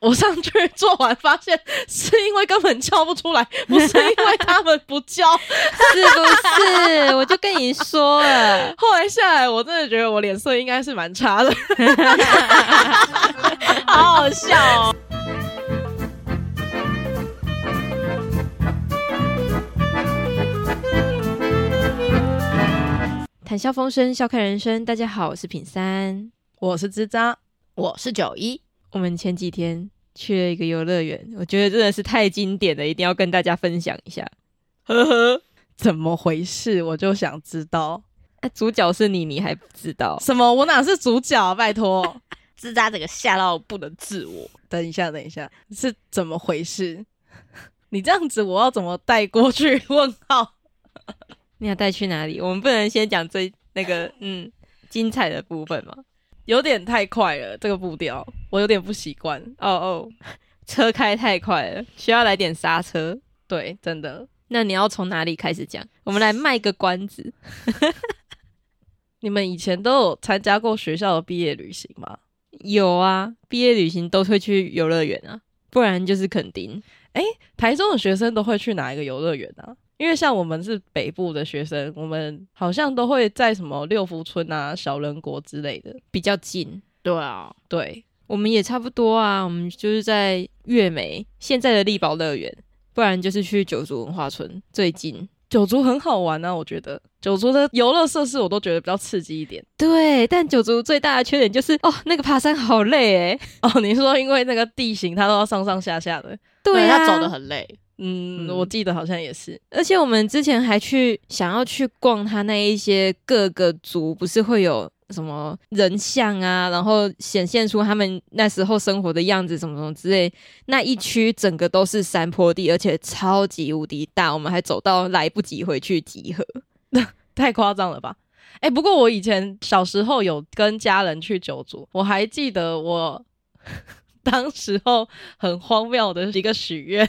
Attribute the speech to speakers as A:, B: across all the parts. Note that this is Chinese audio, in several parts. A: 我上去做完，发现是因为根本叫不出来，不是因为他们不叫。
B: 是不是？我就跟你说了，
A: 后来下来，我真的觉得我脸色应该是蛮差的。
C: 好好笑哦。
B: 谈笑风生，笑看人生。大家好，我是品三。
A: 我是吱喳，
C: 我是九一，
B: 我们前几天去了一个游乐园，我觉得真的是太经典了，一定要跟大家分享一下。
A: 呵呵，怎么回事？我就想知道
B: 啊，主角是你，你还不知道？
A: 什么？我哪是主角、啊？拜托，
C: 自扎这个吓到不能自我。
A: 等一下，等一下，是怎么回事？你这样子，我要怎么带过去？问号。
B: 你要带去哪里？我们不能先讲最那个 嗯精彩的部分吗？
A: 有点太快了，这个步调我有点不习惯。
B: 哦哦，车开太快了，需要来点刹车。
A: 对，真的，
B: 那你要从哪里开始讲？我们来卖个关子。
A: 你们以前都有参加过学校的毕业旅行吗？
B: 有啊，毕业旅行都会去游乐园啊，不然就是垦丁。
A: 哎、台中的学生都会去哪一个游乐园啊？因为像我们是北部的学生，我们好像都会在什么六福村啊、小人国之类的。
B: 比较近。
C: 对啊，
A: 对，
B: 我们也差不多啊，我们就是在月美现在的力宝乐园，不然就是去九族文化村最近。
A: 九族很好玩啊，我觉得九族的游乐设施我都觉得比较刺激一点。
B: 对，但九族最大的缺点就是哦，那个爬山好累欸诶。
A: 哦，你说因为那个地形它都要上上下下的，
B: 对啊，
C: 他走得很累。
A: 嗯，
B: 嗯
A: 我记得好像也是。
B: 而且我们之前还去想要去逛它那一些各个族，不是会有什么人像啊，然后显现出他们那时候生活的样子，什么什么之类。那一区整个都是山坡地，而且超级无敌大，我们还走到来不及回去集合。
A: 太夸张了吧？哎、不过我以前小时候有跟家人去九族，我还记得我 当时候很荒谬的一个许愿，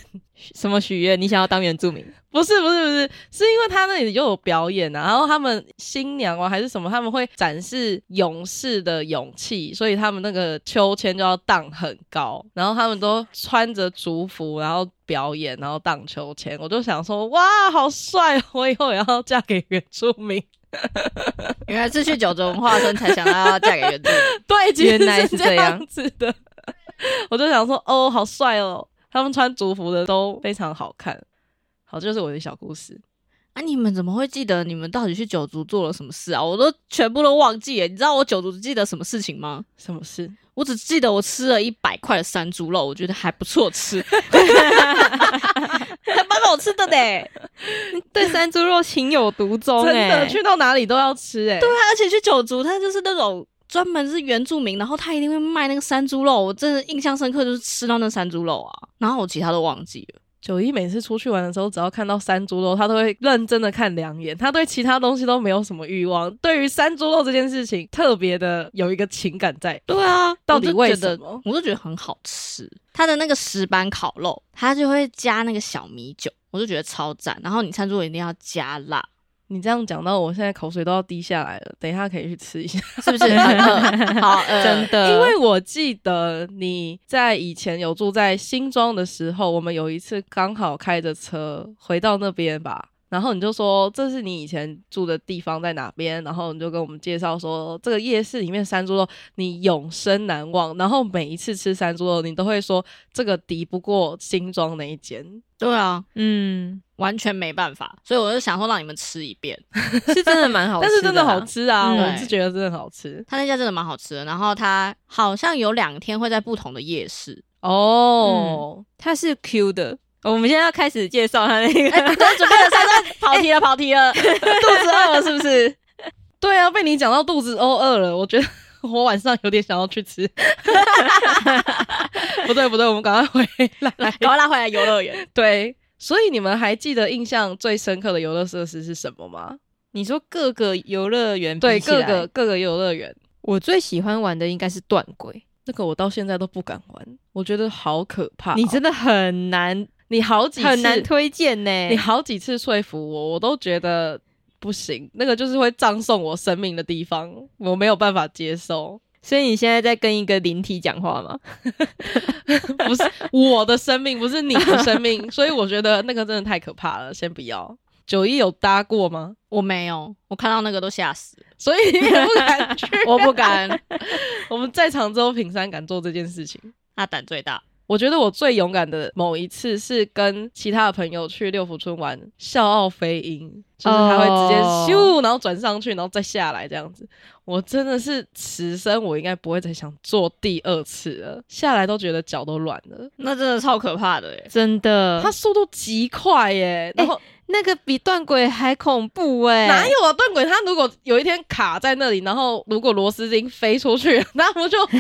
B: 什么许愿？你想要当原住民？
A: 不是不是不是，是因为他那里就有表演啊，然后他们新娘啊还是什么，他们会展示勇士的勇气，所以他们那个秋千就要荡很高，然后他们都穿着族服，然后表演，然后荡秋千，我就想说哇，好帅哦，我以后也要嫁给原住民。
C: 原来是去九州文化村才想到要嫁给原住民，
A: 对，其实
B: 原来
A: 是
B: 是
A: 这
B: 这
A: 样
B: 样
A: 子的。 我就想说，哦，好帅哦！他们穿族服的都非常好看。好，这就是我的小故事。
C: 啊，你们怎么会记得你们到底去九族做了什么事啊？我都全部都忘记了。你知道我九族记得什么事情吗？
A: 什么事？
C: 我只记得我吃了一百块的山猪肉，我觉得还不错 吃，还蛮好吃的呢。
B: 对山猪肉情有独钟
A: 真的，
B: 哎、
A: 去到哪里都要吃哎、
C: 对啊，而且去九族，它就是那种专门是原住民，然后他一定会卖那个山猪肉。我真的印象深刻，就是吃到那山猪肉啊，然后我其他都忘记了。
A: 九一每次出去玩的时候，只要看到山猪肉，他都会认真的看两眼。他对其他东西都没有什么欲望，对于山猪肉这件事情，特别的有一个情感在。
C: 对啊，
A: 到底为
C: 我就
A: 什
C: 觉
A: 么
C: 得？我就觉得很好吃。它的那个石板烤肉，它就会加那个小米酒，我就觉得超赞。然后你餐桌一定要加辣，
A: 你这样讲到我现在口水都要滴下来了，等一下可以去吃一下。
C: 是不是？ 很饿好呃饿，
B: 真的，
A: 呃因为我记得你在以前有住在新庄的时候，我们有一次刚好开着车回到那边吧，然后你就说这是你以前住的地方在哪边，然后你就跟我们介绍说这个夜市里面山猪肉你永生难忘，然后每一次吃山猪肉你都会说这个敌不过新庄那一间，
C: 对啊，
B: 嗯，
C: 完全没办法。所以我就想说让你们吃一遍。
B: 是真的蛮好 吃
A: 但
B: 啦，
A: 是真的好吃啊，
B: 嗯
A: 我是觉得真的好吃
C: 他那家真的蛮好吃的，然后他好像有两天会在不同的夜市。
A: 哦。
B: 嗯它是 Q 的。我们现在要开始介绍它那个，
C: 哎，都准备了，珊珊跑题了，跑题 了，肚 子饿了是不是？
A: 对啊，被你讲到肚子都饿了，我觉得我晚上有点想要去吃。 不对不对，我们赶快回来。
C: 来，赶快拉回来游乐园。
A: 对，所以你们还记得印象最深刻的游乐设施是什么吗？
B: 你说各个游乐园比
A: 对，
B: 起
A: 各
B: 来
A: 个，各个游乐园，
B: 我最喜欢玩的应该是断轨，
A: 那个我到现在都不敢玩，我觉得好可怕哦、
B: 你真的很难
A: 你好几次
B: 很难推荐呢。
A: 你好几次说服我，我都觉得不行，那个就是会葬送我生命的地方，我没有办法接受。
B: 所以你现在在跟一个灵体讲话吗？
A: 不是我的生命，不是你的生命， 所以我觉得那个真的太可怕了，先不要。九一有搭过吗？
C: 我没有，我看到那个都吓死，
A: 所以你也不敢 去。
C: 我不敢，
A: 我们在场之后，品山敢做这件事情。
C: 他胆最大。
A: 我觉得我最勇敢的某一次是跟其他的朋友去六福村玩笑傲飞鹰，就是他会直接
B: 哦
A: 咻，然后转上去，然后再下来这样子。我真的是此生我应该不会再想做第二次了，下来都觉得脚都软了。
C: 那真的超可怕的哎！
B: 真的，
A: 它速度极快耶，然后
B: 那个比断轨还恐怖哎、
A: 哪有啊？断轨它如果有一天卡在那里，然后如果螺丝钉飞出去， 那不就会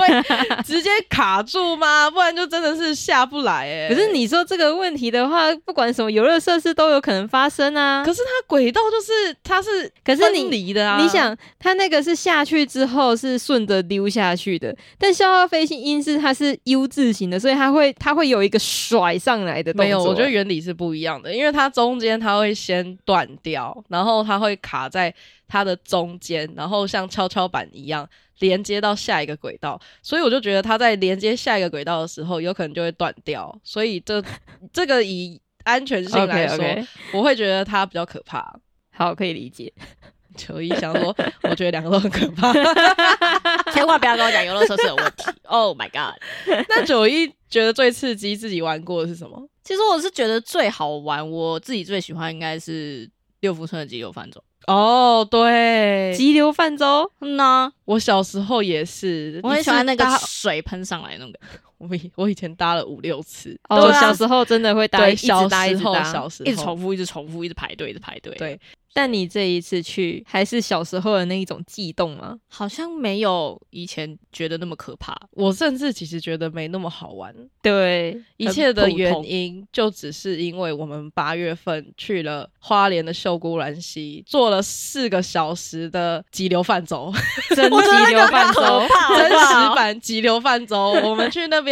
A: 直接卡住吗？不然就真的是下不来哎。
B: 可是你说这个问题的话，不管什么游乐设施都有可能发生啊。
A: 可是它轨道就是它是
B: 可是你
A: 分离的啊，
B: 你想，它那个是下去之后是顺着溜下去的，但消耗飞行音是它是 U 字形的，所以它会它会有一个甩上来的动作。
A: 没有？我觉得原理是不一样的，因为它中间它会先断掉，然后它会卡在它的中间，然后像跷跷板一样连接到下一个轨道，所以我就觉得它在连接下一个轨道的时候，有可能就会断掉，所以这这个以安全性来说
B: OK OK，
A: 我会觉得它比较可怕。
B: 好可以理解。
A: 球衣想说，我觉得两个都很可怕。
C: 千万不要跟我讲游乐设施有问题。Oh my god！
A: 那九一觉得最刺激自己玩过的是什么？
C: 其实我是觉得最好玩，我自己最喜欢应该是六福村的激流泛舟。
A: 哦，对，
B: 急流泛舟，
C: 嗯呐，
A: 我小时候也是，
C: 我很喜欢那
A: 一
C: 个
A: 次搭
C: 水喷上来那个。
A: 我以我以前搭了五六次，
B: 哦，
C: 对啊
B: 小时候真的会搭，
A: 对
B: 一直
A: 小
B: 搭一
A: 时
B: 直
A: 候
B: 搭嗯
A: 小时候
C: 一直重复，一直重复，一直排队，一直排队。
A: 对，
B: 但你这一次去还是小时候的那一种悸动吗？
C: 好像没有以前觉得那么可怕。
A: 我甚至其实觉得没那么好玩。
B: 对，
A: 一切的原
B: 很普通
A: 因就只是因为我们八月份去了花莲的秀姑峦溪，坐了四个小时的急流泛舟，
B: 真急流泛舟，
C: 怕
A: 真
B: 哦
A: 实版急流泛舟。我们去那边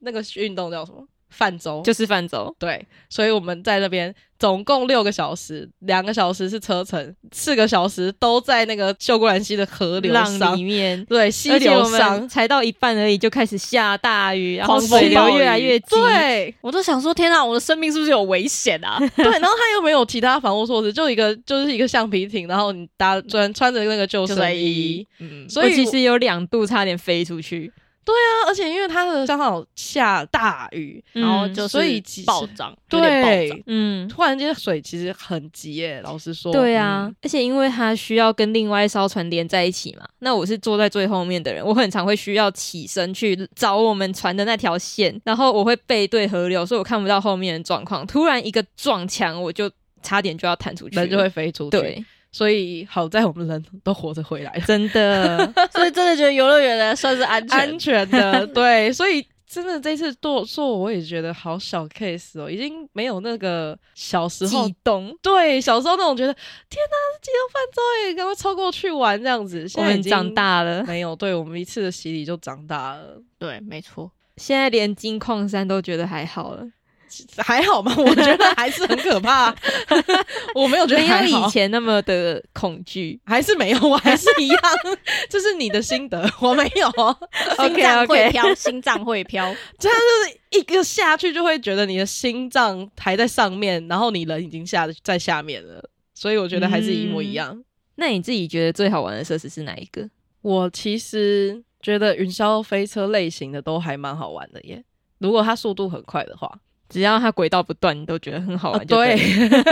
A: 那个运动叫什么？泛舟
B: 就是泛舟。
A: 对，所以我们在那边总共六个小时，两个小时是车程，四个小时都在那个秀姑峦溪的河流
B: 浪
A: 上
B: 里，面，
A: 对，溪
B: 而且
A: 流
B: 我们
A: 上，
B: 才到一半而已，就开始下大雨，然后
A: 狂风
B: 水流
A: 暴雨
B: 越来越急。
A: 对
C: 我都想说，天啊，我的生命是不是有危险啊？
A: 对，然后他又没有其他防护措施，就一个就是一个橡皮艇，然后你搭穿穿着那个救
C: 就
A: 生
C: 在
A: 衣
C: 一，，嗯，
A: 所以
B: 我
A: 我
B: 其实有两度差点飞出去，
A: 啊，而且因为它的刚好下大雨，
C: 然后
B: 嗯
C: 就是
A: 所以其实
C: 暴涨，有点暴涨
A: 对，
B: 嗯。
A: 突然间水其实很急耶，老实说，
B: 对啊，
A: 嗯
B: 而且因为它需要跟另外一艘船连在一起嘛，那我是坐在最后面的人，我很常会需要起身去找我们船的那条线，然后我会背对河流，所以我看不到后面的状况。突然一个撞墙，我就差点就要弹出去了，
A: 人就会飞出去，，
B: 对，
A: 所以好在我们人都活着回来了。
B: 真的
C: 所以真的觉得游乐园呢算是安全。
A: 安全的，对，所以真的这次做做我也觉得好小 case 哦，已经没有那个小时候
B: 激动。
A: 对小时候那种觉得天哪，激流泛舟哎，赶快超过去玩这样子。
B: 我
A: 现在已
B: 们
A: 经
B: 长大了，
A: 没有？对我们一次的洗礼就长大了，
C: 对，没错。
B: 现在连金矿山都觉得还好了，
A: 还好吗？我觉得还是很可怕， 我没有觉得
B: 没有
A: 还好
B: 以。前那么的恐惧。
A: 还是没有，我还是一样， 这是你的心得，我没有。
C: 心脏会飘，心脏会飘。
A: 一个下去就会觉得你的心脏还在上面，然后你人已经下在下面了，所以我觉得还是一模一
B: 嗯
A: 样。
B: 那你自己觉得最好玩的设施是哪一个？
A: 我其实觉得云霄飞车类型的都还蛮好玩的耶，如果它速度很快的话，
B: 只要它轨道不断，你都觉得很好玩、就对了。
A: 对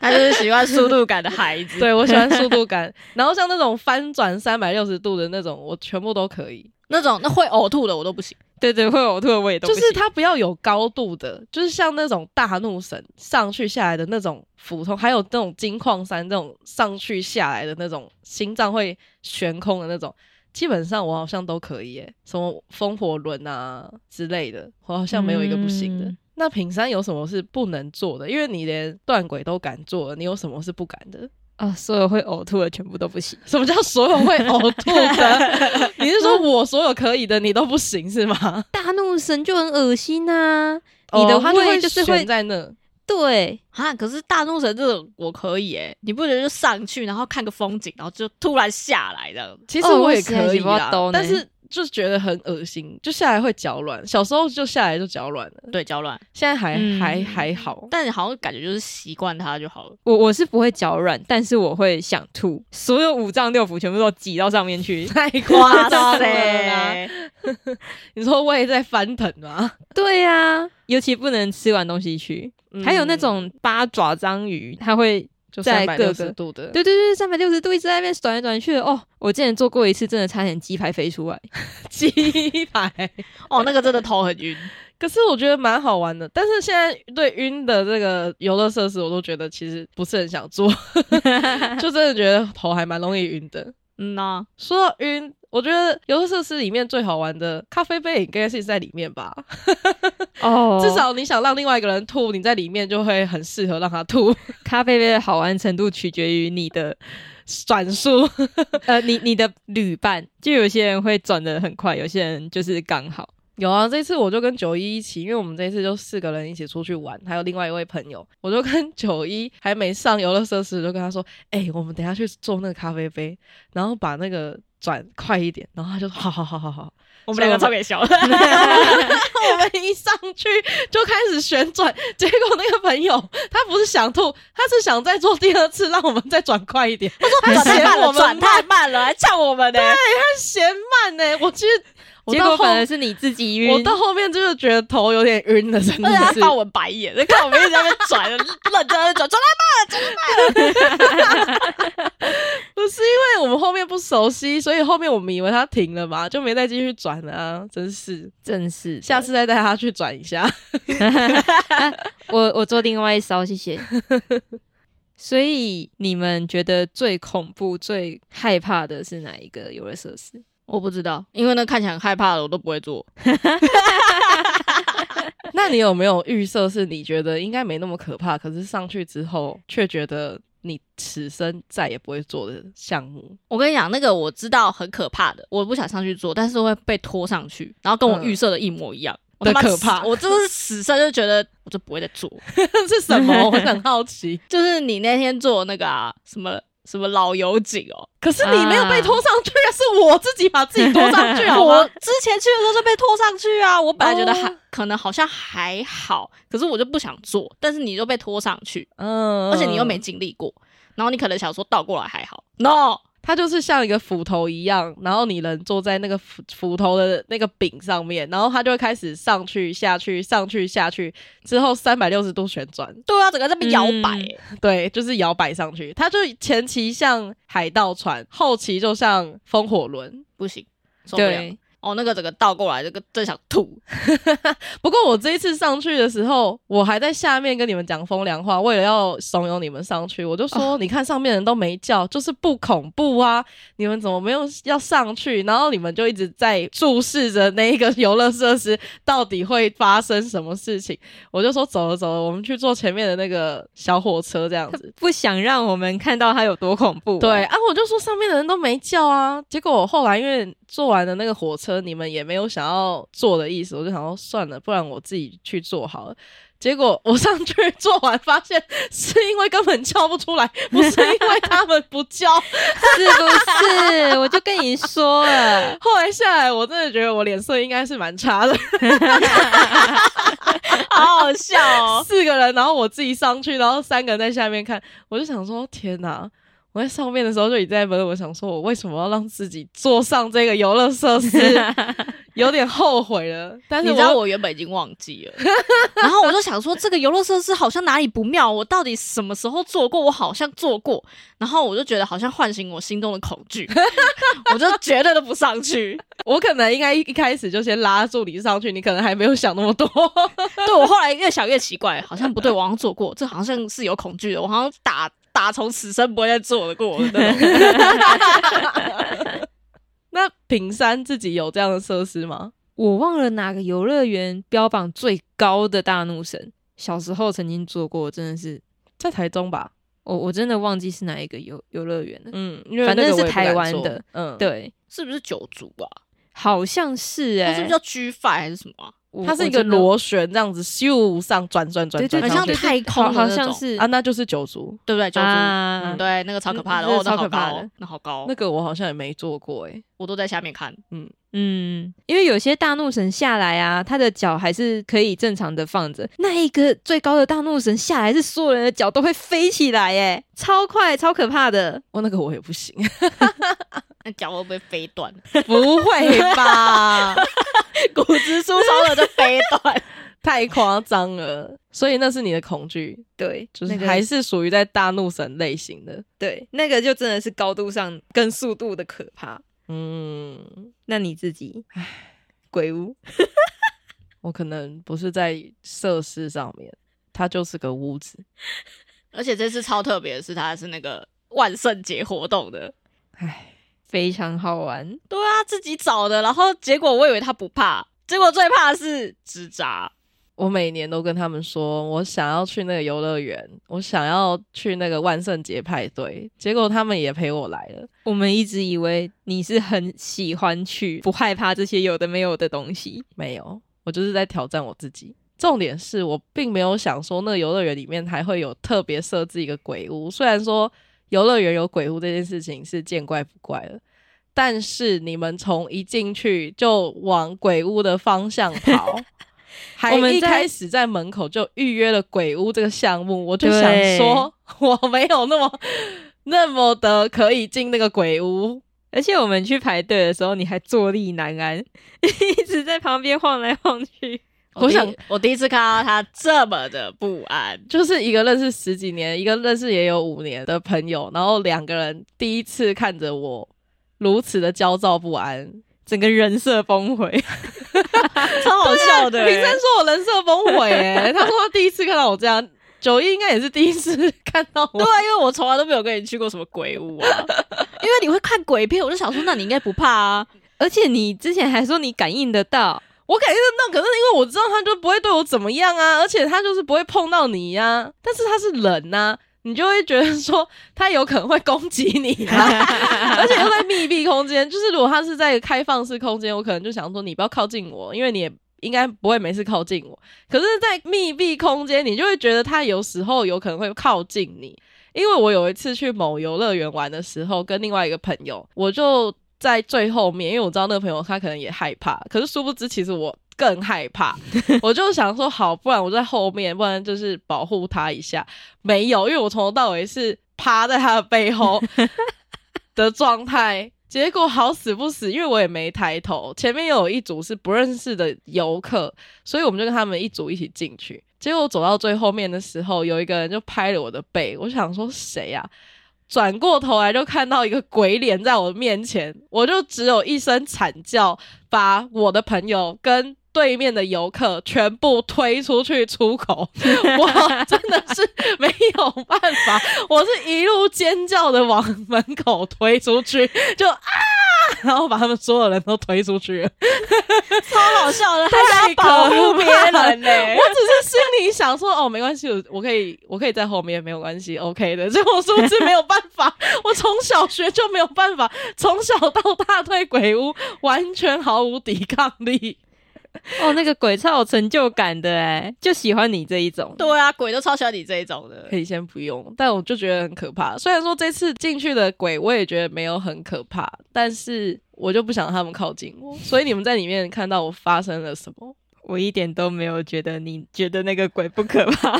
C: 他就是喜欢速度感的孩子。
A: 对，我喜欢速度感。然后像那种翻转三百六十度的那种，我全部都可以。
C: 那种那会呕吐的我都不行。
B: 对对，会呕吐的我也都
A: 就是
B: 它
A: 它不要有高度的，就是像那种大怒神上去下来的那种俯冲，还有那种金矿山这种上去下来的那种心脏会悬空的那种，基本上我好像都可以耶，什么风火轮啊之类的，我好像没有一个不行的。
B: 嗯
A: 那品山有什么是不能做的？因为你连断轨都敢做了，你有什么是不敢的？
B: 啊、所有会呕吐的全部都不行。
A: 什么叫所有会呕吐的？ 你是说我所有可以的你都不行是吗？
B: 大怒神就很恶心啊！你的
A: 哦它就
B: 胃
A: 会
B: 就是会
A: 悬在那，
B: 对，
C: 啊！可是大怒神这种我可以诶、你不觉得就上去，然后看个风景，然后就突然下来这样？
A: 其实
B: 哦
A: 我
B: 我
A: 也
B: 喜欢
A: 可以
B: 喜欢
A: 啦，
B: 抖呢
A: 但是就觉得很恶心，就下来会脚软。小时候就下来就脚软了，
C: 对，脚软，
A: 现在还、
B: 嗯
A: 还还好。。
C: 但好像感觉就是习惯它就好了。
B: 我我是不会脚软，但是我会想吐，所有五脏六腑全部都挤到上面去
A: 太
C: 哇
A: 夸 张了啦！
C: 塞！
A: 你说胃在翻腾吗？
B: 对啊嗯呀、尤其不能吃完东西去。还有那种八爪章鱼，它会，
A: 就
B: 在
A: 三
B: 各
A: 百
B: 个
A: 六十度的，
B: 对对对，三百六十度一直在那边转来转去的。哦，我之前做过一次，真的差点鸡排飞出来。
A: 鸡排。
C: 哦，那个真的头很晕。
A: 可是我觉得蛮好玩的，但是现在对晕的这个游乐设施，我都觉得其实不是很想 做，就真的觉得头还蛮容易晕的。
C: 嗯呐、
A: 说到晕，我觉得游乐设施里面最好玩的咖啡杯应该是在里面吧。
B: 哦
A: 至少你想让另外一个人吐，你在里面就会很适合让他吐
B: 咖啡杯的好玩程度取决于你 的
A: 转速。
B: 呃，你你的旅伴，就有些人会转的很快，有些人就是刚好。
A: 有啊，这次我就跟九一一起，因为我们这次就四个人一起出去玩，还有另外一位朋友，我就跟九一还没上游乐设施，就跟他说：“哎、我们等一下去做那个咖啡杯，然后把那个转快一点。”然后他就说：“好好好好好。”
C: 我们两个超给 笑的。
A: 我们一上去就开始旋转，结果那个朋友他不是想吐，他是想再做第二次，让我们再转快一点。他
C: 转
A: 说
C: 太慢了，转
A: 们
C: 太慢了，还呛我们呢、
A: 他嫌慢呢、我 其实我
B: 结
A: 到
B: 果
A: 后
B: 反而是你自己晕。
A: 我到后面就是觉得头有点晕了，真的
C: 而且他
A: 是。
C: 翻我们白眼，看我们一直在那边转，认真在那边转，转啊太
A: 不是因为我们后面不熟悉，所以后面我们以为他停了嘛，就没再继续转了啊！真是，
B: 正是
A: 下次再带他去转一下。
B: 我我做另外一艘，谢谢。 所以你们觉得最恐怖、最害怕的是哪一个游乐设施？
C: 我不知道，因为那看起来很害怕的，我都不会做。
A: 那你有没有预设是你觉得应该没那么可怕，可是上去之后却觉得你此生再也不会做的项目？
C: 我跟你讲，那个我知道很可怕的，我不想上去做，但是会被拖上去，然后跟我预设的一模一样。我他妈
A: 嗯的可怕
C: 死我真的是死生就觉得我就不会再做。
A: 是什么？我很好 奇。
C: 就是你那天做那个啊，什么什么老油井哦，
A: 可是你没有被拖上去啊，是我自己把自己拖上 去好吗？
C: 我之前去的时候就被拖上去啊，我本来觉得还、
A: 哦
C: 可能好像还好，可是我就不想做，但是你就被拖上去，
A: 嗯
C: 而且你又没经历过，然后你可能想说倒过来还好，no，
A: 它就是像一个斧头一样，然后你人坐在那个斧斧头的那个柄上面，然后它就会开始上去下去上去下去，之后三百六十度旋转，
C: 对啊，整个在被摇摆、
B: 嗯
A: 对，就是摇摆上去。它就前期像海盗船，后期就像风火轮。
C: 不行，受不了。
B: 对，
C: 哦，那个整个倒过来，这个真想吐。
A: 不过我这一次上去的时候，我还在下面跟你们讲风凉话，为了要怂恿你们上去，我就说：你看上面人都没叫，就是不恐怖啊！你们怎么没有要上去？然后你们就一直在注视着那一个游乐设施到底会发生什么事情。我就说：走了走了，我们去坐前面的那个小火车这样
B: 他
A: 子。
B: 不想让我们看到它有多恐怖、
A: 对，啊，我就说上面的人都没叫啊。结果我后来因为坐完的那个火车，你们也没有想要坐的意思，我就想说算了，不然我自己去坐好了。结果我上去 坐完，发现是因为根本叫不出来，不是因为他们不叫。
B: 是不是？我就跟你说了，
A: 后来下来，我真的觉得我脸色应该是蛮差的。
C: 好好笑 哦！
A: 四个人，然后我自己上去，然后三个人在下面看，我就想说天哪！我在上面的时候就已经在问，我想说我为什么要让自己坐上这个游乐设 施？有点后悔了，但是
C: 你知道我原本已经忘记了， 然后我就想说这个游乐设施好像哪里不妙，我到底什么时候做过？我好像做过，然后我就觉得好像唤醒我心中的恐惧， 我就绝对都不上去。
A: 我可能应该一一开始就先拉住你上去，你可能还没有想那么多。
C: 对我后来越想越奇怪，好像不对，我好像做过，这好像是有恐惧的，我好像打打从此生不会再做的过的那 种。
A: 那平山自己有这样的设施吗？
B: 我忘了哪个游乐园标榜最高的大怒神，小时候曾经做过，真的是
A: 在台中吧，
B: 我我真的忘记是哪一个游游乐园了。
A: 嗯，因为
B: 反正
A: 那个我也
B: 是
A: 不敢
B: 台湾
A: 坐
B: 的，
A: 嗯，，
B: 对，
C: 是不是九族啊？
B: 好像是哎、
C: 它是不是叫 G Five 还是什么啊、
B: 我
A: 它是一
B: 我
A: 个
B: 真的
A: 螺旋这样子咻上转转转
B: 对对
A: 转
C: 很
A: 上去，
B: 对
C: 像
B: 对
C: 太
B: 好
C: 空的
B: 好
C: 那
B: 像
C: 种
B: 是
A: 啊，那就是九族。
C: 对不对？九族，
B: 啊
C: 嗯，对，那个超可怕
A: 嗯
C: 的，哦，
A: 真的
C: 那
A: 超
C: 好
A: 可怕
C: 高
A: 的
C: 哦，那好高
A: 那，个我好像也没做过欸诶、
C: 我都在下面看。
B: 嗯，因为有些大怒神下来啊，他的脚还是可以正常的放着。那一个最高的大怒神下来，是所有人的脚都会飞起来，耶，超快，超可怕的。
A: 哦，那个我也不行，
C: 那脚会不会飞 断？
A: 不会吧？
C: 骨质疏松了就飞断。
A: 太夸张了。所以那是你的恐惧，
B: 对，
A: 就是
B: 那个
A: 还是属于在大怒神类型的。
B: 对，那个就真的是高度上跟速度的可怕。
A: 嗯，
B: 那你自己，鬼屋，
A: 我可能不是在设施上面，它就是个屋子。
C: 而且这次超特别的是，它是那个万圣节活动的。
A: 唉，
B: 非常好玩。
C: 对啊，自己找的，然后结果我以为他不怕，结果最怕的是纸扎。
A: 我每年都跟他们说，我想要去那个游乐园，我想要去那个万圣节派对，结果他们也陪我来了。
B: 我们一直以为你是很喜欢去，不害怕这些有的没有的东西。
A: 没有，我就是在挑战我自己。重点是我并没有想说那个游乐园里面还会有特别设置一个鬼屋，虽然说游乐园有鬼屋这件事情是见怪不怪了，但是你们从一进去就往鬼屋的方向 跑。还
B: 我们
A: 一
B: 在
A: 开始在门口就预约了鬼屋这个项目，我就
B: 对
A: 想说， 我没有那么那么的可以进那个鬼屋，
B: 而且我们去排队的时候，你还坐立难安， 一直在旁边晃来晃去。
A: 我想
C: 第我第一次看到他这么的不安，
A: 就是一个认识十几年，一个认识也有五年的朋友，然后两个人第一次看着我如此的焦躁不安，
B: 整个人设崩毁，
C: 超好笑的、欸
A: 平生 说我人设崩毁、欸， 他说他第一次看到我这样，九一应该也是第一次 看到
C: 对
A: 我。
C: 啊，因为我从来都没有跟你去过什么鬼屋啊，因为你会看鬼片，我就想说，那你应该不怕啊。
B: 而且你之前还说你感应得到，
A: 我感觉到，可是因为我知道他就不会对我怎么样啊，而且他就是不会碰到你呀、但是他是人呐、你就会觉得说他有可能会攻击你啊。 而且又在密闭空间，就是如果他是在一个开放式空间，我可能就想说你不要靠近我，因为你也应该不会没事靠近我。可是，在密闭空间，你就会觉得他有时候有可能会靠近你。因为我有一次去某游乐园玩的时候，跟另外一个朋友，我就在最后面，因为我知道那个朋友他可能也害怕，可是殊不知其实我更害怕。我就想说，好，不然我在后面，不然就是保护他一下。没有，因为我从头到尾是趴在他的背后的状态。结果好死不死，因为我也没抬头，前面有一组是不认识的游客，所以我们就跟他们一组一起进去。结果我走到最后面的时候，有一个人就拍了我的背，我想说谁呀、转过头来就看到一个鬼脸在我面前，我就只有一声惨叫，把我的朋友跟对面的游客全部推出去出口。 我真的是没有办法，我是一路尖叫的往门口推出去，就啊，然后把他们所有人都推出去了。
C: 超好笑的，他想要保护别人欸呢、
A: 我只是心里想说，哦，没关系，我我可以，我可以在后面，没有关系，OK 的。结 果殊不知没有办法，我从小学就没有办法，从小到大对鬼屋完全毫无抵抗力。
B: 哦，那个鬼超有成就感的哎，就喜欢你这一种。
C: 对啊，鬼都超喜欢你这一种的
A: 可。以先不用，但我就觉得很可怕。虽然说这次进去的鬼我也觉得没有很可怕，但是我就不想让他们靠近我。所以你们在里面看到我发生了什么？
B: 我一点都没有觉得你觉得那个鬼不可怕，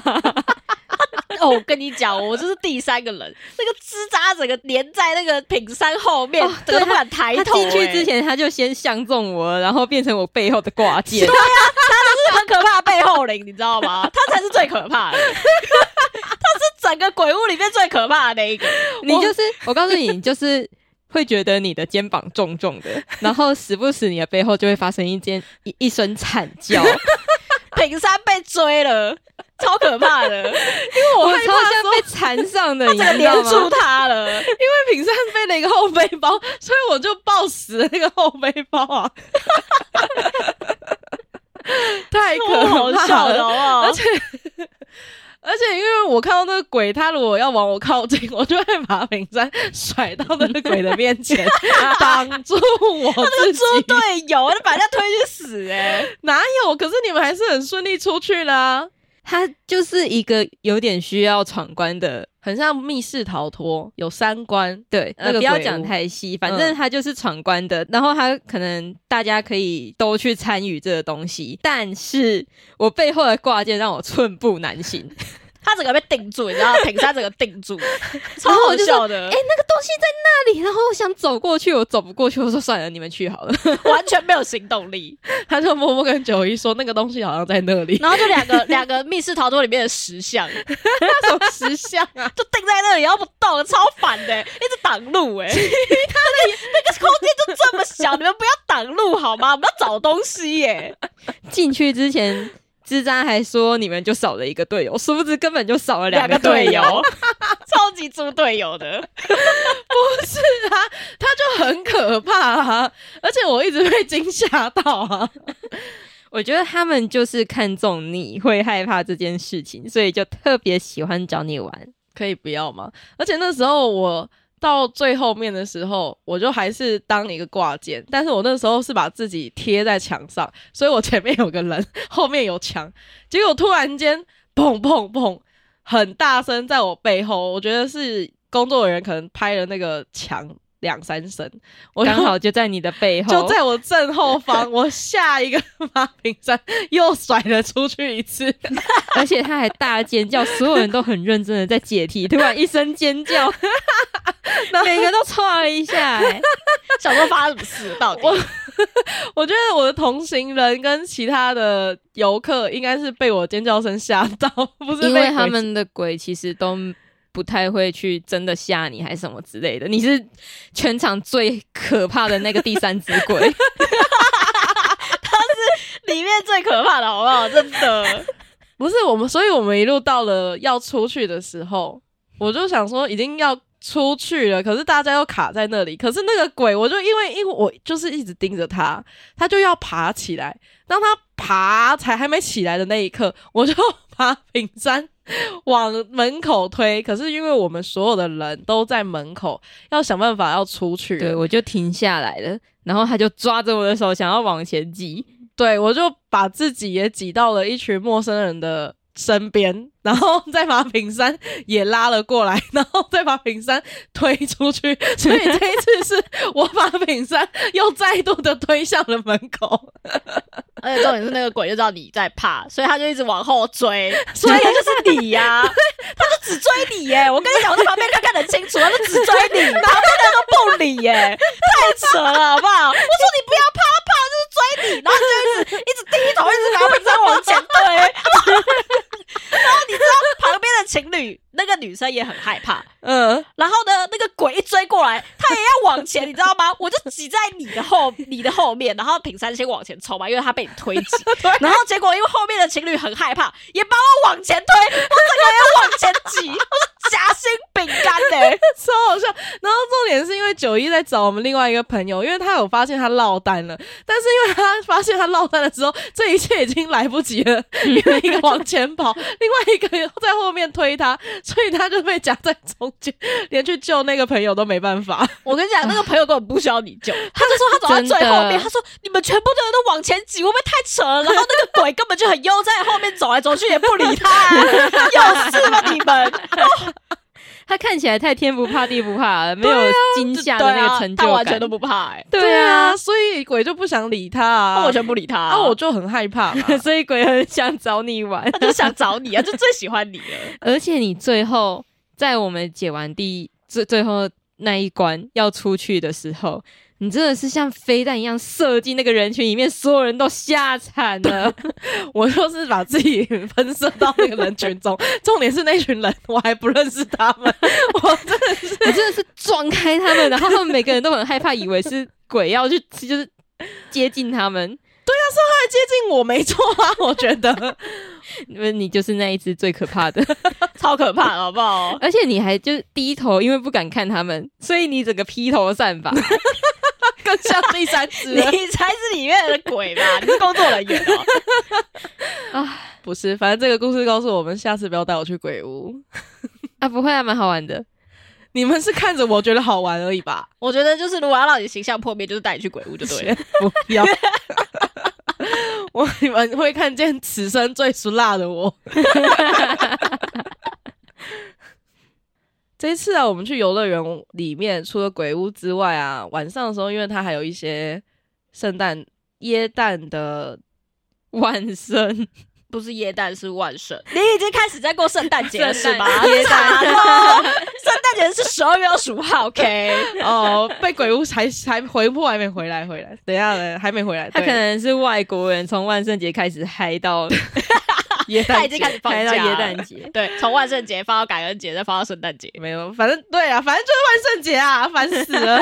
C: 哦，我跟你讲，我就是第三个人，那个枝扎整个粘在那个品山后面，
B: 哦
C: 整个都
B: 对
C: 不敢抬
B: 他
C: 头、
B: 进去
C: 欸
B: 之前他就先相中我，然后变成我背后的挂件。
C: 很可怕的背后灵，你知道吗？他才是最可怕的，他是整个鬼屋里面最可怕的那一个。
B: 你就是，我告诉你，你就是会觉得你的肩膀重重的，然后时不时你的背后就会发生一间一一声惨叫，
C: 品山被追了，超可怕的，
B: 我超像被缠上的，你
C: 这个
B: 知道
C: 黏住
B: 吗？
C: 他了。
A: 因为品善背了一个后背包， 所以我就抱死了那个后背包 啊，太可
C: 好
A: 怕
C: 笑的
A: 了。
C: 好不好？
A: 而且而且因为我看到那个鬼，他如果要往我靠近，我就会把饼干甩到那个鬼的面 前，挡住我自己。
C: 猪队友，就把人家推去死哎、
A: 哪有？可是你们还是很顺利出去啦，
B: 它就是一个有点需要闯关的，
A: 很像密室逃脱，有三关。
B: 对，
A: 那个
B: 呃、不要
A: 鬼屋
B: 讲太细，反正它就是闯关的。然后它可能大家可以都去参与这个东西，但是我背后的挂件让我寸步难行。哎、
C: 他整个被定住，你知道，挺山整个定住，超
B: 然后
C: 好
B: 我就
C: 笑的，
B: 哎那个东西在那里，然后我想走过去，我走不过去，我说算了，你们去好了。
C: 完全没有行动力。
A: 他就默默跟九一说，那个东西好像在那 里。
C: 然后就两个两个密室逃脱里面的石像，
A: 那种石像啊，
C: 就定在那里，然后不动，超烦的、欸一直挡路哎、那个空间就这么小，你们不要挡路好吗？我们要找东西耶、
B: 进去之前，智障还说你们就少了一个队友，殊不知根本就少了
C: 两
B: 个
C: 个队
B: 友。
C: 友，超级猪队友的，
A: 他就很可怕啊，而且我一直被惊吓到啊。
B: 我觉得他们就是看中你会害怕这件事情，所以就特别喜欢找你玩。
A: 可以不要吗？而且那时候我到最后面的时候，我就还是当一个挂件，但是我那时候是把自己贴在墙上，所以我前面有个人，后面有墙，结果突然间砰砰砰，很大声在我背后，我觉得是工作人员可能拍了那个墙两三声，我就
B: 刚好就在你的背后，
A: 就在我正后方，我下一个马平山又甩了出去一次。
B: 而且他还大尖叫，所有人都很认真的在解题，突然一声 尖叫，每个都唰了一下、哎
C: 想说发生什么事到底？
A: 我我觉得我的同行人跟其他的游客应该是被我尖叫声吓到， 不是被
B: 因为
A: 鬼
B: 他们的鬼其实都不太会去真的吓你，还是什么之类的。你是全场最可怕的那个第三只
C: 啊
B: 鬼，
C: 里面最可怕的好不好？真的，
A: 不是我们，所以我们一路到了要出去的时候，我就想说已经要出去了，可是大家又卡在那里。可是那个鬼，我就因为因为我就是一直盯着他，他就要爬起来。当他爬才还没起来的那一刻，我就 把饼山往门口推。可是因为我们所有的人都在门口，要想办法要出去了。
B: 对我就停下来了，然后他就抓着我的手想要往前挤，
A: 对，我就把自己也挤到了一群陌生人的身边，然后再把平山也拉了过来，然后再把平山推出去。所以这一次是我把平山又再度的推向了门口，
C: 而且重点是那个鬼就知道你在怕，所以他就一直往后追， 所以就是你 呀、他就只追你耶、我跟你讲，我在旁边看看得很清楚，他就只追你，旁边那个不理耶、太扯了好不好？我说你不要怕，他怕就是追你，然后你就一直一直低头，一直拿冰箱往前推， 然后你知道旁边的情侣那个女生也很害怕，
A: 嗯，
C: 然后呢，那个鬼一追过来，他也要往前，你知道吗？我 就挤在你的后你的后面，然后品山先往前冲嘛，因为他被你推挤。 然后结果因为后面的情侣很害怕，也把我往前推，我整个人往前挤， 我是夹心饼干呢、
A: 超好笑。然后重点是因为九一在找我们另外一个朋友，因为他有发现他落单了，但是因为他发现他落单的时候，这一切已经来不及 了，因为一个往前跑，另外一个在后面推他，所以他就被夹在中间，连去救那个朋友都没办法。
C: 我跟你讲，那个朋友根本不需要你 救，他就说他走到最后面，
B: 真的
C: 他说你们全部的人都往前挤，会不会太扯了？然后那个鬼根本就很悠哉，后面走来走去也不理他、 有事吗你 们？
B: 他看起来太天不怕地不怕了，没有惊吓的
C: 对
B: 那
C: 啊
B: 个成，就
C: 他
B: 感，
C: 完全都不怕哎、
B: 对啊，
A: 所以鬼就不想理他、啊，
C: 他完全不理他、
A: 啊，我就很害怕嘛。
C: 啊
B: 所以鬼很想找你玩。
C: 他就想找你啊，就最喜欢你了。
B: 而且你最后在我们解完第一最最后那一关要出去的时候，你真的是像飞弹一样射进那个人群里面，所有人都吓惨了。
A: 我就是把自己分射到那个人群中， 重点是那群人我还不认识他 们，我真的是
B: 我真的是撞开他们，然后他们每个人都很害怕，以为是鬼要去就是接近他们。
A: 太接近我没错啊，我觉得。
B: 因为你就是那一只最可怕的，
C: 超可怕，好不好？
B: 而且你还就是低头，因为不敢看他们，所以你整个披头散发。
A: 更 像第三只
C: 啊你才是里面的鬼吧？你是工作人员哦、
A: 不是，反正这个故事告诉我们，下次不要带我去鬼屋。
B: 啊，不会啊，蛮好玩的。
A: 你们是看着我觉得好玩而已吧？
C: 我觉得就是如果要让你形象破灭，就是带你去鬼屋就对了。
A: 不要， 我你们会看见此生最俗辣的我。 这一次啊，我们去游乐园里面，除了鬼屋之外啊，晚上的时候，因为它还有一些圣诞耶诞的
B: 万圣，
C: 不是耶诞是万圣，你已经开始在过圣诞节了是吧？
B: 圣诞耶诞
C: 惨了， 圣诞节是十二月二十五号，OK？
A: 哦，被鬼屋才才回破还没回来，回来，等一下呢，还没回来。
B: 他
A: 对
B: 可能是外国人，从万圣节开始嗨到耶诞节，
C: 他已经开始放
B: 嗨到
C: 假
B: 耶
C: 了
B: 诞 节。
C: 对，从万圣节放到感恩节，再放到圣诞节。
A: 没有，反正对啊，反正就是万圣节啊，烦死了。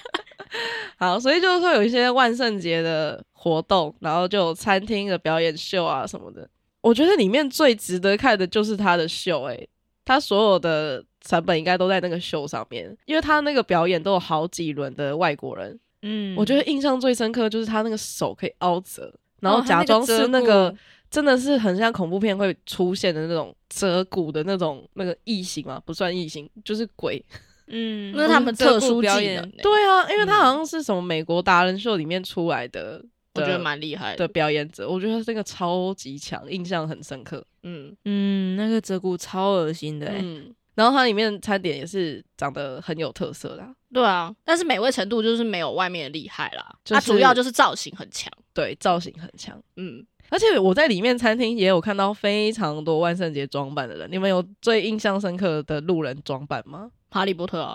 A: 好，所以就是说有一些万圣节的活动，然后就有餐厅的表演秀啊什么的。我觉得里面最值得看的就是他的秀、欸，诶，他所有的成本应该都在那个秀上面，因为他那个表演都有好几轮的外国人。
B: 嗯
A: 我觉得印象最深刻就是他那个手可以凹折，然后
B: 哦他
A: 假
B: 那个
A: 装是
B: 遮
A: 那个、
B: 骨
A: 真的是很像恐怖片会出现的那种折骨的那种那个异形嘛，不算异形，就是鬼。
B: 嗯
C: 那是他们特殊技
B: 表
C: 能、
B: 演，
C: 欸，
A: 对啊，因为他好像是什么美国达人秀里面出来的，
C: 我觉
A: 的
C: 得蛮厉害的。
A: 的表演者，我觉得这个超级强，印象很深刻。嗯
B: 嗯，那个折骨超恶心的、欸，
A: 嗯，然后它里面餐点也是长得很有特色啦，
C: 对啊，但是美味程度就是没有外面的厉害啦。
A: 就
C: 它
A: 是
C: 主要就是造型很强。
A: 对，造型很强。
C: 嗯，
A: 而且我在里面餐厅也有看到非常多万圣节装扮的人，你们有最印象深刻的路人装扮吗？
C: 哈利波特、啊，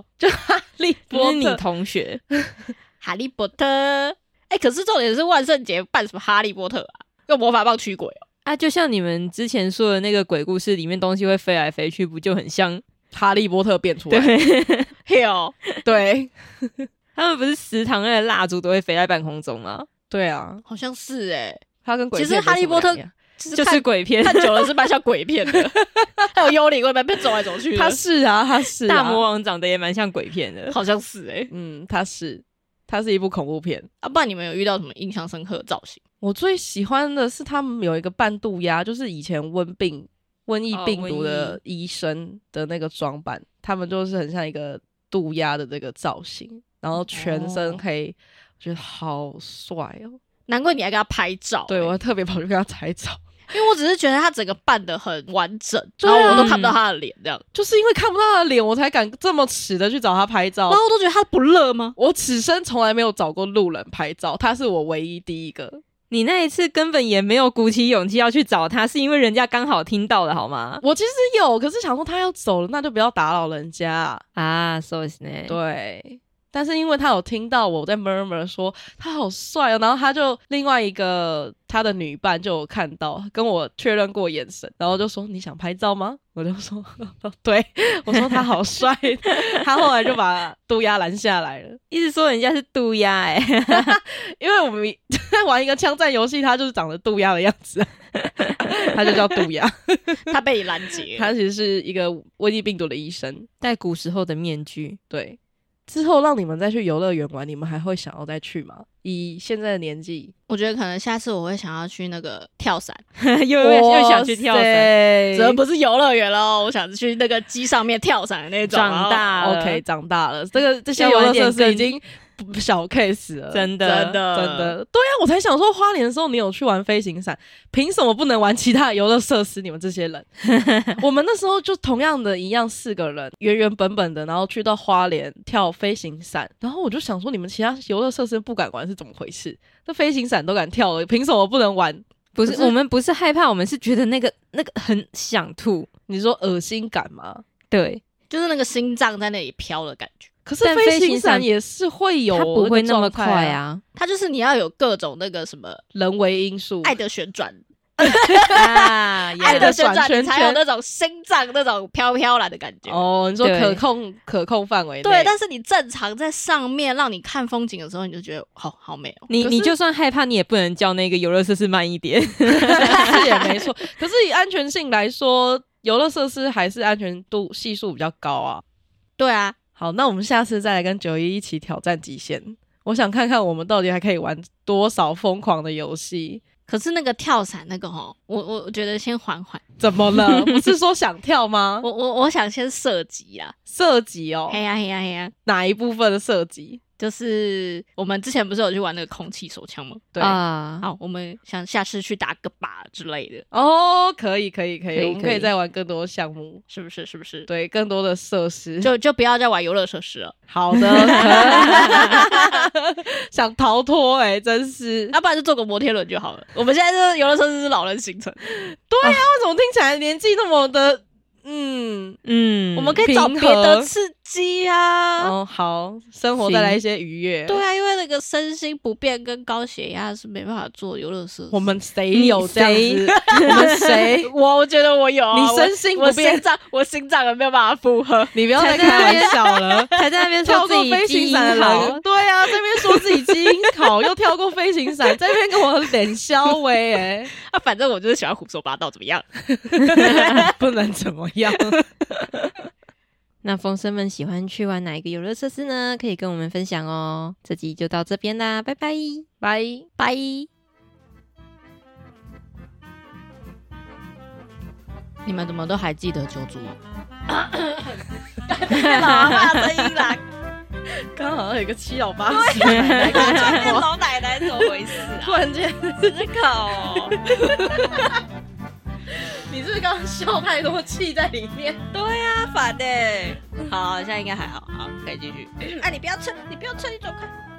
A: 利
B: 不
A: 波
B: 是你
A: 特
B: 同学，
C: 哈利波特。哎、可是重点是万圣节办什么哈利波特啊？用魔法棒驱鬼哦、
B: 啊，就像你们之前说的那个鬼故事里面东西会飞来飞去，不就很像？
A: 哈利波特变出来，
B: 对，
C: 嘿哦，
A: 对
B: 他们不是食堂那个蜡烛都会飞在半空中吗？
A: 对啊，
C: 好像是哎、
A: 他跟鬼
C: 其实
A: 片没
C: 哈利
A: 什么
C: 波特
A: 两样
C: 就是
B: 就是
C: 看
B: 鬼 片，
C: 看久了是蛮像鬼片的， 还有幽灵会被走来走去的。
A: 他是啊，他是、啊、
B: 大魔王长得也蛮像鬼片的。
C: 好像是哎、
A: 嗯，它是，它是一部恐怖片。
C: 啊，不然你们有遇到什么印象深刻的造型？
A: 我最喜欢的是他们有一个半渡鸦，就是以前瘟病、瘟疫
B: 哦
A: 病
B: 瘟
A: 毒的医生的那个装扮，他们就是很像一个渡鸦的这个造型，然后全身
B: 哦
A: 黑，我觉得好帅哦。
C: 难怪你还给他拍照欸、
A: 对
B: 哦
A: 我还特别跑去跟他拍照，
C: 因为我只是觉得他整个扮的很完整，
A: 对
C: 然
A: 啊
C: 后我都看不到他的脸这样，
A: 就是因为看不到他的脸，我才敢这么耻的去找他拍照
C: 然。后我都觉得他不乐吗？
A: 我此生从来没有找过路人拍照，他是我唯一第一个。
B: 你那一次根本也没有鼓起勇气要去找他，是因为人家刚好听到了，好吗？
A: 我其实有，可是想说他要走了，那就不要打扰人家啊、
B: 啊，so is 呢？
A: 对，但是因为他有听到我在 murmur 说他好帅哦，然后他就另外一个他的女伴就有看到，跟我确认过眼神，然后就说你想拍照吗？我就说 对，我说他好帅， 他后来就把渡鸦拦下来了，
B: 一直说人家是渡鸦，哎，
A: 因为我们在玩一个枪战游戏，他就是长得渡鸦的样子，啊 他就叫渡鸦，
C: 他被你拦截，
A: 他其实是一个瘟疫病毒的医生，
B: 戴古时候的面具。
A: 对。之后让你们再去游乐园玩，你们还会想要再去吗？以现在的年纪，
C: 我觉得可能下次我会想要去那个跳伞，
B: 又
A: 我
B: 又又想去跳伞。
C: 只
A: 伞
C: 能不是游乐园喽，我想去那个机上面跳伞的那种。呃
B: 长大了
A: OK，长大了，这个这些
B: 要
A: 游
B: 玩
A: 乐设
B: 点
A: 施已
B: 更
A: 经不小 case 了，
C: 然
B: 真的
C: 后真的
A: 呃真的。对啊，我才想说，花莲的时候你有去玩飞行伞，凭什么不能玩其他的游乐设施？你们这些 人，我们那时候就同样的一样，四个人原原本本的，然后去到花莲跳飞行伞，然后我就想说，你们其他游乐设施不敢玩是怎么回事？那飞行伞都敢跳了，凭什么不能玩？
B: 不是
A: 可是
B: 我们不是害怕，我们是觉得那个那个很想吐。
A: 你说恶心感吗？
B: 对，
C: 就是那个心脏在那里飘的感觉。
A: 可是
B: 但
A: 飞
B: 飞
A: 行
B: 行
A: 伞
B: 伞
A: 也是会有
B: 它不
A: 个
B: 会那么
A: 状态
B: 快
A: 啊，
B: 啊。
C: 它就是你要有各种那个什么
A: 人为因素。
C: 爱的旋转，
B: 啊，
C: 爱
A: 爱
C: 的
A: 的
B: 也
C: 旋转，
A: 转圈
C: 你才有
A: 圈
C: 那种心脏那种飘飘然的感觉。
A: 哦，你说
B: 对
A: 可控可控范围内
C: 对，但是你正常在上面让你看风景的时候，你就觉得好好美哦。
B: 你
A: 可是
B: 你就算害怕，你也不能叫那个游乐设施慢一 点。
A: 是也没错。可是以安全性来说，游乐设施还是安全度系数比较高啊。
C: 对啊，
A: 好，那我们下次再来跟九一一起挑战极限。我想看看我们到底还可以玩多少疯狂的游戏。
C: 可是那个跳伞那个哦，我我我觉得先缓缓，
A: 怎么了？不是说想跳 吗？
C: 我我我想先射击啦。
A: 射击哦，
C: 嘿呀嘿呀嘿呀，
A: 哪一部分的射击？
C: 就是我们之前不是有去玩那个空气手枪吗？
A: 对，
B: 啊，
C: 好，我们想下次去打个靶之类的，
A: 哦，可以可以可以，
B: 可以
A: 我们
B: 可
A: 可
B: 以
A: 以再玩更多项目，
C: 是不是？是不是？
A: 对，更多的设施。
C: 就就不要再玩游乐设施了，
A: 好的， 可以想逃脱哎、真是。
C: 要不然就坐个摩天轮就好了。我们现在这游乐设施是老人行程，
A: 他怎么听起来年纪那么的？嗯，
B: 嗯，
C: 我们可以找
A: 平
C: 别
A: 和
C: 的刺激啊。
A: 哦，好，生活带来一些愉悦。
C: 对，啊，因为那个身心不便跟高血压是没办法做游乐设施。
A: 我们谁有这样
B: 你
A: 子？我们谁？
C: 我我觉得我有啊、
A: 你
C: 我
A: 身心
C: 我
A: 不便
C: 心脏我心脏也没有办法负荷。 啊
A: 你不要再
B: 才在
A: 开
B: 那边
A: 玩笑了。
B: 才在那边
A: 跳
B: 说自
A: 过
B: 己
A: 飞
B: 基
A: 行
B: 因
A: 伞
B: 好，
A: 了，对啊，这边说自己基因好，又跳过飞行伞，这边跟我脸消微 哎、
C: 啊，反正我就是喜欢胡说八道，怎么样？
A: 不能怎么样。
B: 那风生们喜欢去玩哪一个游乐设施呢？可以跟我们分享哦。这集就到这边啦，拜拜。
A: 拜。
C: 拜。你们怎么都还记得九族？老阿妈声音啦，
A: 刚刚好像有一个七老八十的奶奶跟我
C: 对
A: 讲
C: 面
A: 话，
C: 老奶奶怎么回事啊？
A: 啊突然间，
C: 真搞、哦，
A: 你是不是刚刚笑太多气在里面？
C: 对欸啊，烦的、好，现在应该还好，好，可以继续。哎、你不要吹，你不要吹，你走开。